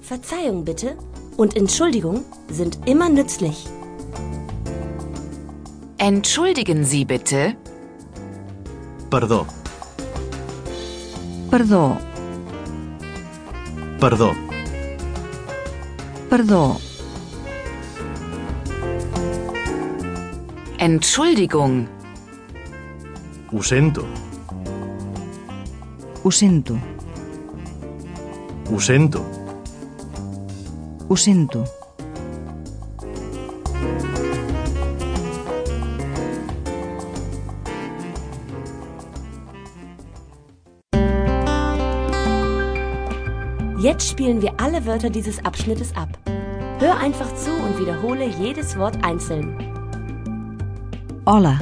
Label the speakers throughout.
Speaker 1: Verzeihung bitte und Entschuldigung sind immer nützlich.
Speaker 2: Entschuldigen Sie bitte.
Speaker 3: Perdó,
Speaker 4: Perdó,
Speaker 3: perdó.
Speaker 4: perdó.
Speaker 2: Entschuldigung.
Speaker 3: Ho sento,
Speaker 4: Ho sento,
Speaker 3: ho sento.
Speaker 4: ho sento.
Speaker 1: Jetzt spielen wir alle Wörter dieses Abschnittes ab. Hör einfach zu und wiederhole jedes Wort einzeln.
Speaker 4: Hola.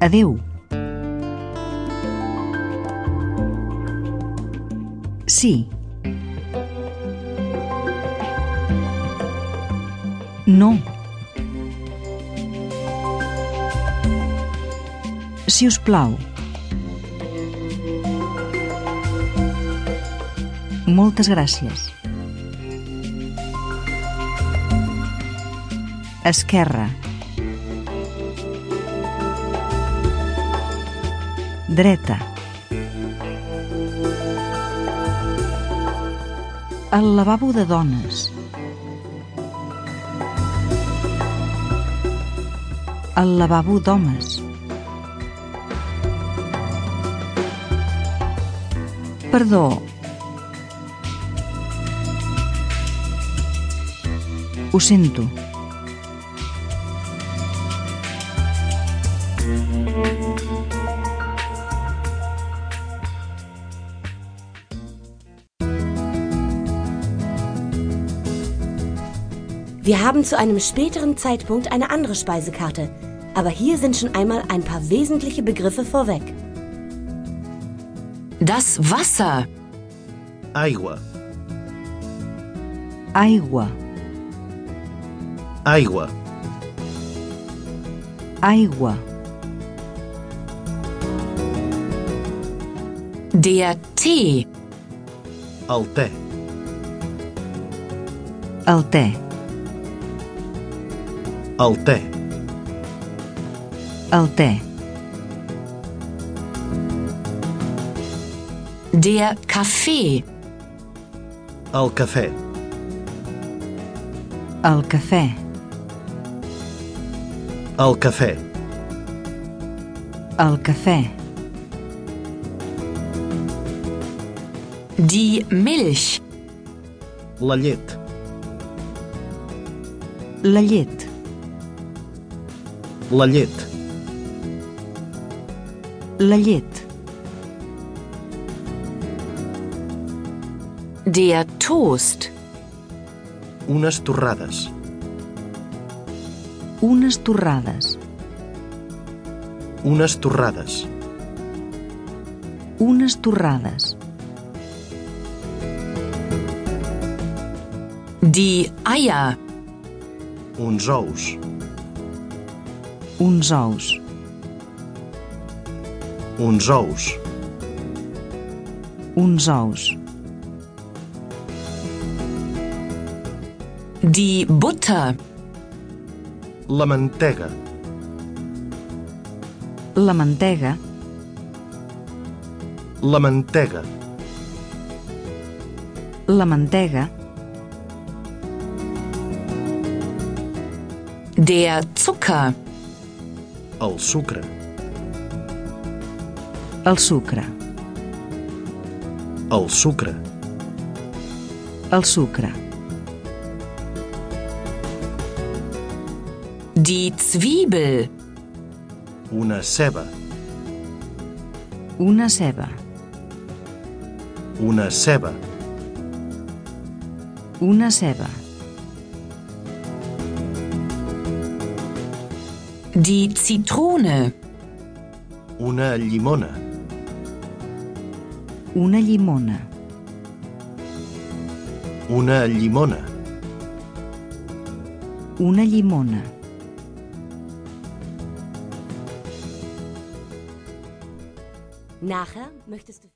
Speaker 4: Adeu. Sí. No. Si us plau. Moltes gràcies. Esquerra. Dreta. El lavabo de dones. El lavabo d'homes. Perdó. Ho sento.
Speaker 1: Wir haben zu einem späteren Zeitpunkt eine andere Speisekarte, aber hier sind schon einmal ein paar wesentliche Begriffe vorweg.
Speaker 2: Das Wasser.
Speaker 3: Aigua,
Speaker 4: Aigua.
Speaker 3: aigua.
Speaker 4: Aigua.
Speaker 2: Der Tee.
Speaker 3: El te,
Speaker 4: El te.
Speaker 3: el te.
Speaker 4: El te.
Speaker 2: Der Kaffee.
Speaker 3: El cafè,
Speaker 4: El cafè.
Speaker 3: el cafè.
Speaker 4: El cafè.
Speaker 2: Die Milch.
Speaker 3: La llet,
Speaker 4: La llet.
Speaker 3: la llet.
Speaker 4: La llet.
Speaker 2: Der Toast.
Speaker 3: Unes torrades,
Speaker 4: Unes torrades.
Speaker 3: unes torrades.
Speaker 4: Unes torrades.
Speaker 2: Die Eier.
Speaker 3: Uns ous,
Speaker 4: Uns ous.
Speaker 3: uns ous.
Speaker 4: Uns ous.
Speaker 2: Die Butter.
Speaker 3: La mantega,
Speaker 4: La mantega.
Speaker 3: la mantega.
Speaker 4: La mantega.
Speaker 2: Der Zucker.
Speaker 3: El sucre,
Speaker 4: El sucre.
Speaker 3: el sucre.
Speaker 4: El sucre.
Speaker 2: Die Zwiebel.
Speaker 3: Una ceba,
Speaker 4: Una ceba.
Speaker 3: una ceba.
Speaker 4: Una ceba.
Speaker 2: Die Zitrone.
Speaker 3: Una llimona,
Speaker 4: Una llimona.
Speaker 3: una llimona.
Speaker 4: Una llimona.
Speaker 1: Nachher möchtest du